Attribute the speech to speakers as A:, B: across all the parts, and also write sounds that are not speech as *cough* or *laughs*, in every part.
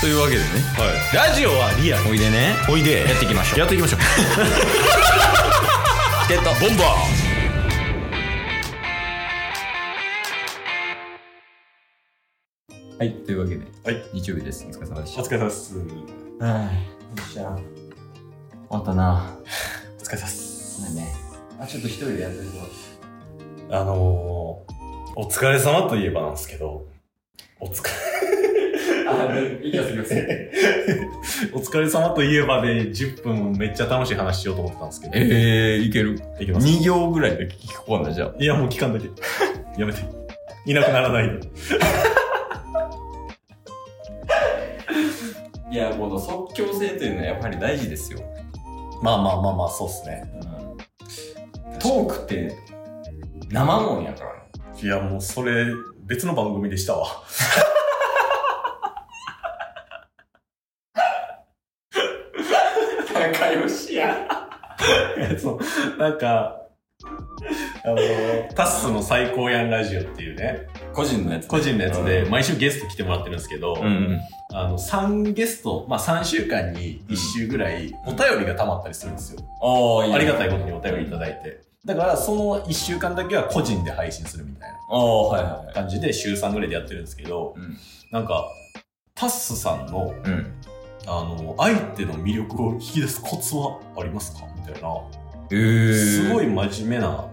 A: というわけでね
B: ラジオはリアル
A: おいでね
B: おいで
A: やっていきましょう
B: やっていきましょう
A: *laughs* チケットボンバーはい、というわけで、
B: はい、
A: 日曜日です。お疲れ様でした。
B: お疲れ様です
A: はい。よっしゃ。終わったな。
B: お疲れ様です
A: ごめんね。あ、ちょっと一人でやってるぞ。
B: あのー、お疲れ様といえばなんですけどお疲
A: *laughs* あ、いい気がする
B: れ *laughs* お疲れ様といえばで10分めっちゃ楽しい話しようと思ったんですけど
A: えー、いける。
B: できます
A: 2行ぐらいで聞き込んだ、じゃあ。
B: いやもう期間だけ *laughs* やめていなくならないで
A: いや、この即興性というのはやっぱり大事ですよ。
B: まあまあまあまあそうっすね
A: トークって生もんやからね。
B: いやもうそれ別の番組でしたわ *laughs*
A: 仲良しや。
B: そうなんかあのータッスの最高やんラジオっていうね
A: 個人のやつ。
B: 個人のやつで
A: うん
B: 毎週ゲスト来てもらってるんですけど、
A: うん。
B: あの3ゲスト、まあ、3週間に1週ぐらいお便りが溜まったりするんですよ、
A: おー、いいね
B: ありがたいことにお便りいただいてだからその1週間だけは個人で配信するみたい
A: おー、はいはいは。
B: ない感じで週3ぐらいでやってるんですけど、
A: うん
B: なんかタッスさんの
A: うん。
B: あの相手の魅力を引き出すコツはありますかみたいな
A: えー。
B: すごい真面目な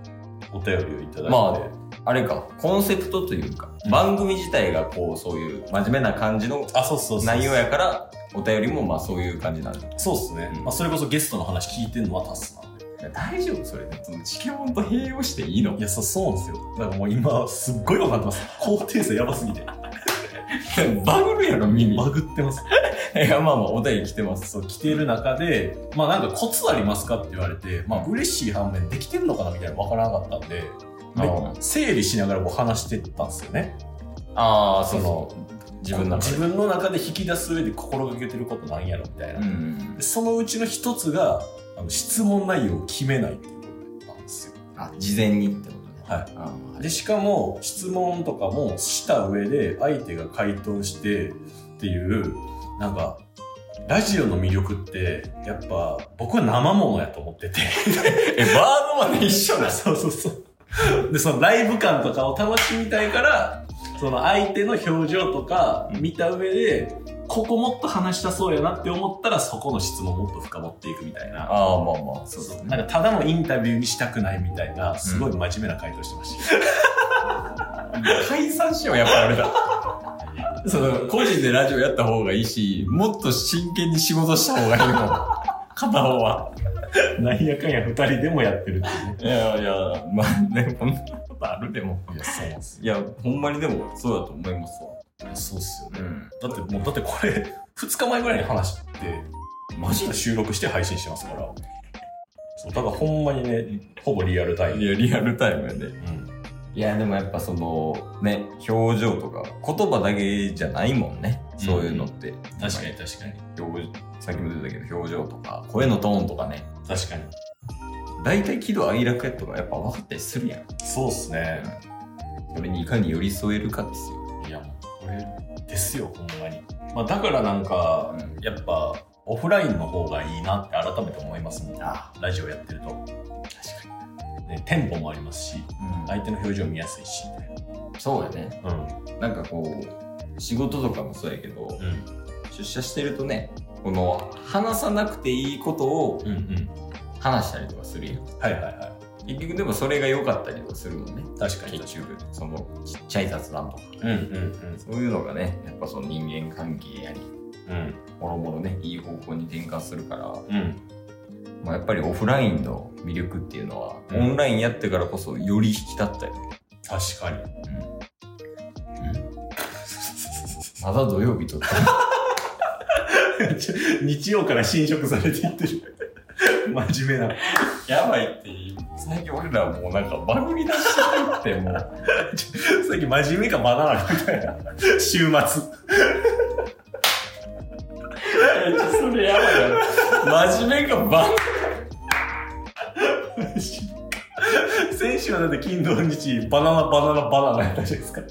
B: お便りをいただいて、
A: まあれか、コンセプトというか、
B: うん
A: 番組自体がこう、そういう真面目な感じの
B: あ、そうそうそう
A: 内容やから、お便りもまあそういう感じなんで。
B: そうっすね、
A: うん
B: まあ、それこそゲストの話聞いてるのはタッスなんで
A: 大丈夫それね。そのチケモンと併用していいの *laughs*
B: いや、そう、そうなんですよ。だからもう今、すっごい分かってます。高低差やばすぎて。
A: バグるやろ、 *laughs* 耳。い
B: バグってます。
A: や、まあまあ、お便り来てます。
B: そう、着ている中で、まあなんかコツありますかって言われて、まあ嬉しい反面、できてるのかなみたいなの分からなかったんで、
A: あ
B: で整理しながらこう話してったんですよね。
A: あー、そ
B: その
A: の、自分の中
B: 自
A: で。
B: 分の中で引き出す上で心がけてることなんやろみたいな。
A: うん
B: で。そのうちの一つが、あの質問内容を決めないっていうことなんですよ。
A: あ、事前にってことね。
B: はい
A: あー
B: でしかも質問とかもした上で相手が回答してっていうなんかラジオの魅力ってやっぱ僕は生ものやと思 *laughs* ってて
A: え、バードまで一緒だ。
B: そうそうそうでそのライブ感とかを楽しみたいからその相手の表情とか見た上でここもっと話したそうやなって思ったらそこの質問もっと深掘っていくみたいな
A: ああ、まあまあ、そ
B: そうう
A: そ
B: そうう。なんかただのインタビューにしたくないみたいなすごい真面目な回答してました
A: 解散しよう、やっぱり俺ら。その、個人でラジオやった方がいいし、もっと真剣に仕事した方がいいもん。 *laughs* 片方は。
B: なんやかんや二人でもやってるっていうね。
A: いやいや、まあね、こんなことあるでも。
B: いや、そうなんす
A: いや、ほんまにでも、そうだと思いますわ。
B: よ。そうっすよね。
A: ん。
B: だってもう、だってこれ、二日前ぐらいに話して、マジで収録して配信してますから。そう、だからほんまにね、ほぼリアルタイ
A: い
B: ム。
A: や、リアルタイムやで。
B: うん。
A: いや、でもやっぱその、ね、表情とか、言葉だけじゃないもんね。そういうのって。
B: 確かに確かに。
A: 表情さっきも出てたけど、表情とか、声のトーンとかね。
B: 確かに。
A: 大体喜怒哀楽やとかやっぱ分かったりするやん。
B: そうっすね。
A: それにいかに寄り添えるかですよ。
B: いや、もうこれですよ、ほんまに。まあだからなんか、
A: うん
B: やっぱ、オフラインの方がいいなって改めて思いますもん。
A: あ
B: ラジオやってると。ね、テンポもありますし、
A: うん
B: 相手の表情見やすいし。
A: そうやね。
B: うん。
A: なんかこう、仕事とかもそうやけど、
B: うん。
A: 出社してるとね、この、話さなくていいことを
B: うんうん。
A: 話したりとかするやん。
B: はいはいは
A: 結局でもそれが良かったりとかするもんね。
B: い。確かに
A: 結局、その、ちっちゃい雑談とか。
B: うんうん
A: そういうのがね、やっぱその人間関係やり、
B: うん。うん
A: もろもろね、いい方向に転換するから、
B: うん。
A: まあ、やっぱりオフラインの魅力っていうのは、
B: うん
A: オンラインやってからこそより引き立ったよね。
B: 確かに。
A: まだ土曜日とか。
B: *laughs* 日曜から侵食されていってる。真面目な。
A: *laughs* やばいっていう最近俺らもうなんかバグり出してるってもう
B: さっき真面目かバナナかみたいな。週末。
A: それやばいな真面目かバ
B: 先週はだって金土日、バナナバナナバナナやったじゃないですか。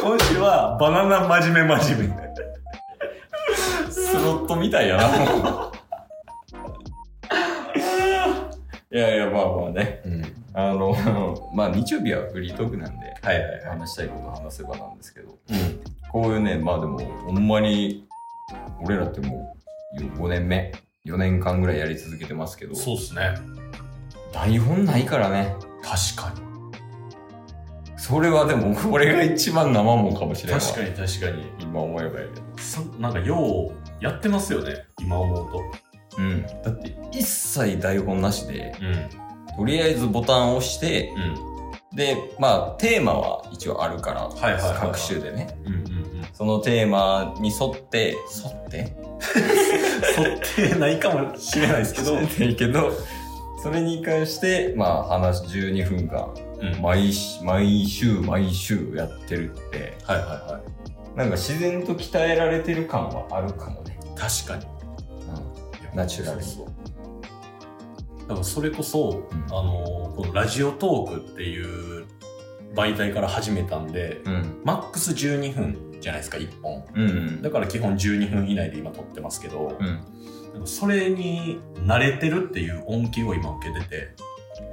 B: 今週はバナナ真面目真面目。
A: スロットみたいやな、もういやいや、まあまあね。
B: うん。
A: あの、 *laughs* まあ日曜日はフリートークなんで、
B: はいはいはい。
A: 話したいこと話せばなんですけど、
B: うん。
A: こういうね、まあでも、ほんまに、俺らってもう5年目、4年間ぐらいやり続けてますけど、
B: そうっすね。
A: 台本ないからね。
B: 確か
A: それはでも、俺が一番生もんかもしれ
B: に。
A: ない。
B: 確かに確かに。
A: 今思えばやけど。
B: そなんかようやってますよね。今思うと。
A: うん。だって、一切台本なしで、
B: うん。うん。
A: とりあえずボタンを押して、で、まあ、テーマは一応あるから、
B: いはいはいはい
A: 各種でね。
B: うん *laughs* うん
A: そのテーマに沿って、沿って
B: うん。沿ってないかもしれないですけど。
A: いいけど、 *laughs* それに関して、まあ、話12分間、
B: うんはい
A: 毎し毎週毎週やってるって、
B: はいは
A: なんか自然と鍛えられてる感はあるかもね。
B: い。確かに。
A: ナチュラルに
B: そうそうだからそれこそ、
A: うん
B: あのーこのラジオトークっていう媒体から始めたんで、
A: うん。
B: マックス12分じゃないですか、1本。
A: うん。
B: だから基本12分以内で今撮ってますけど、
A: うん。
B: なんかそれに慣れてるっていう恩恵を今受けてて、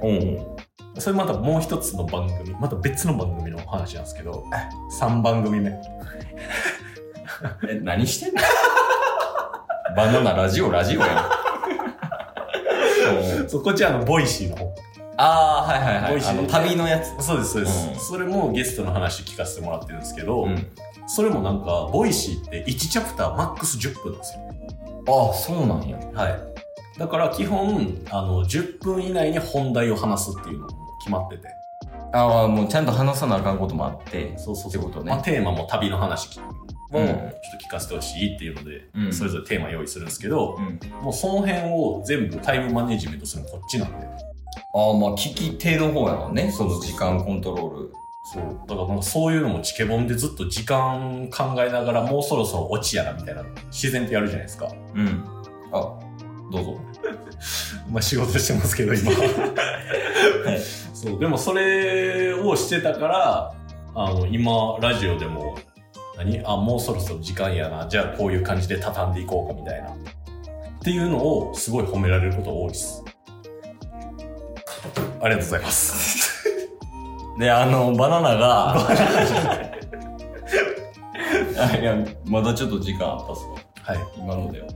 A: おう
B: それまたもう一つの番組、また別の番組の話なんですけど、3番組目。
A: え、何してんのバナナラジオラジオやん。おう
B: そうこっちはあの、ボイシーの方。
A: ああ、はいはい
B: 美
A: は
B: 味
A: い。
B: しい
A: あの、旅のやつ。
B: そうです、そうです。
A: うん
B: それもゲストの話聞かせてもらってるんですけど、
A: ん。
B: それもなんか、ボイシーって1チャプターマックス10分なんですよ。
A: ああ、そうなんや。
B: はい。だから基本、あの、10分以内に本題を話すっていうのも決まってて。
A: ああ、もうちゃんと話さなあかんこともあって。
B: そうそう
A: って
B: そう。
A: ことね
B: まあ、テーマも旅の話きも、
A: うん
B: ちょっと聞かせてほしいっていうので、
A: うん
B: それぞれテーマ用意するんですけど、
A: うん。
B: もうその辺を全部タイムマネジメントするのこっちなんで。
A: ああ、まあ、聞き手の方やもんね。その時間コントロール。
B: そう。だからなんかそういうのもチケボンでずっと時間考えながら、もうそろそろ落ちやなみたいな、自然とやるじゃないですか。
A: うん。あ、どうぞ。
B: まあ仕事してますけど、今。
A: い
B: そう。でもそれをしてたから、あの、今、ラジオでも、何あ、もうそろそろ時間やな。じゃあこういう感じで畳んでいこうかみたいな。っていうのを、すごい褒められることが多いです。ありがとうございます。
A: で、あの、バナナが、 *laughs* いや、まだちょっと時間あったっすわ。
B: はい。
A: 今のでは。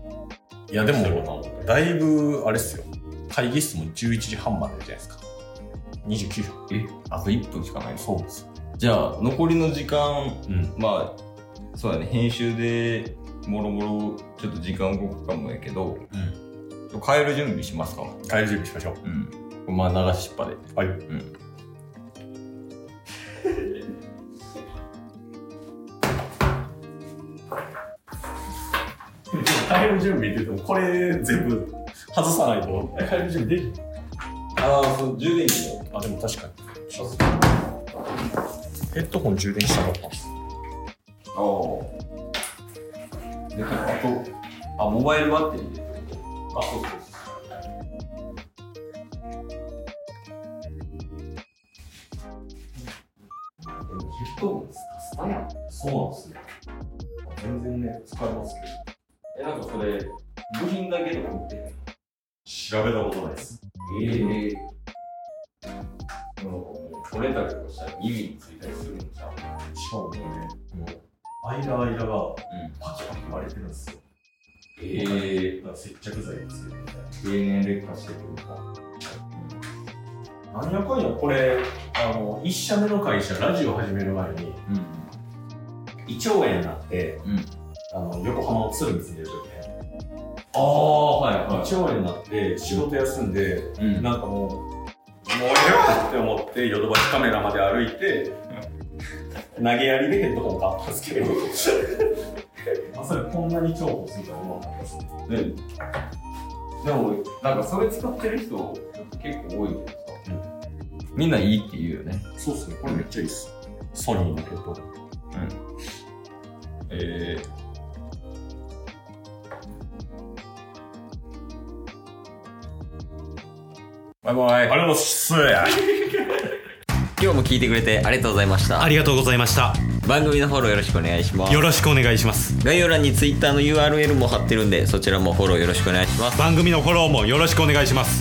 B: いや、でも、だいぶ、あれっすよ。会議室も11時半までじゃないですか。29分。
A: えあと1分しかないです。
B: そうです。
A: じゃあ、残りの時間、
B: うん。
A: まあ、そうだね、編集で、もろもろ、ちょっと時間動くかもやけど、
B: うん。
A: 変える準備しますか。
B: 帰る準備しましょ
A: うん。まあ、流しっぱで。
B: う。はい。帰る準備って言っても、これ全部外さないと。帰る準備でき
A: ああ、そう、充電器も。
B: あ、でも確かに。ヘッドホン充電したかった
A: ああ。で、あと、あ、モバイルバッテリーで。あ、そうそう。ヘッドホンスタスタやん。
B: そうなんですね。全然ね、使えます
A: え、
B: けど。
A: なんかそれ、部品だけとか持ってへん
B: 調べたことないです。
A: ええこの取れたりとかしたら耳についたりするんじゃん。
B: しかもね、間間がパキパキ割れてるんですよ。
A: ええ
B: だから接着剤つけてみたい
A: 経年劣化してくるか。
B: な。何やかんや、これ、あの、一社目の会社、ラジオ始める前に、
A: うん。
B: 胃腸炎になって、
A: うん
B: あの横浜を鶴見住んでる時ね、
A: ああ、はい
B: 胃腸炎になって、仕事休んで、
A: い。うん。
B: なんかもう、もうええわって思って、ヨドバシカメラまで歩いて、投げやりでヘッドホン買ったんですけど、 *laughs* まさかこんなに重宝するとは思わなかったですね。
A: ねでも、なんかそれ使ってる人結構多いけどさ。みんないいって言うよね。
B: そうっすね、これめっちゃいいっす。ソニーのヘッドホン。
A: ええバイバイ。
B: あれもっすや
A: 今日も聞いてくれてありがとうございました。
C: ありがとうございました。番組のフォローよろしくお願いします
B: よろしくお願いします
C: 概要欄に Twitter の URL も貼ってるんでそちらもフォローよろしくお願いします
B: 番組のフォローもよろしくお願いします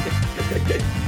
B: す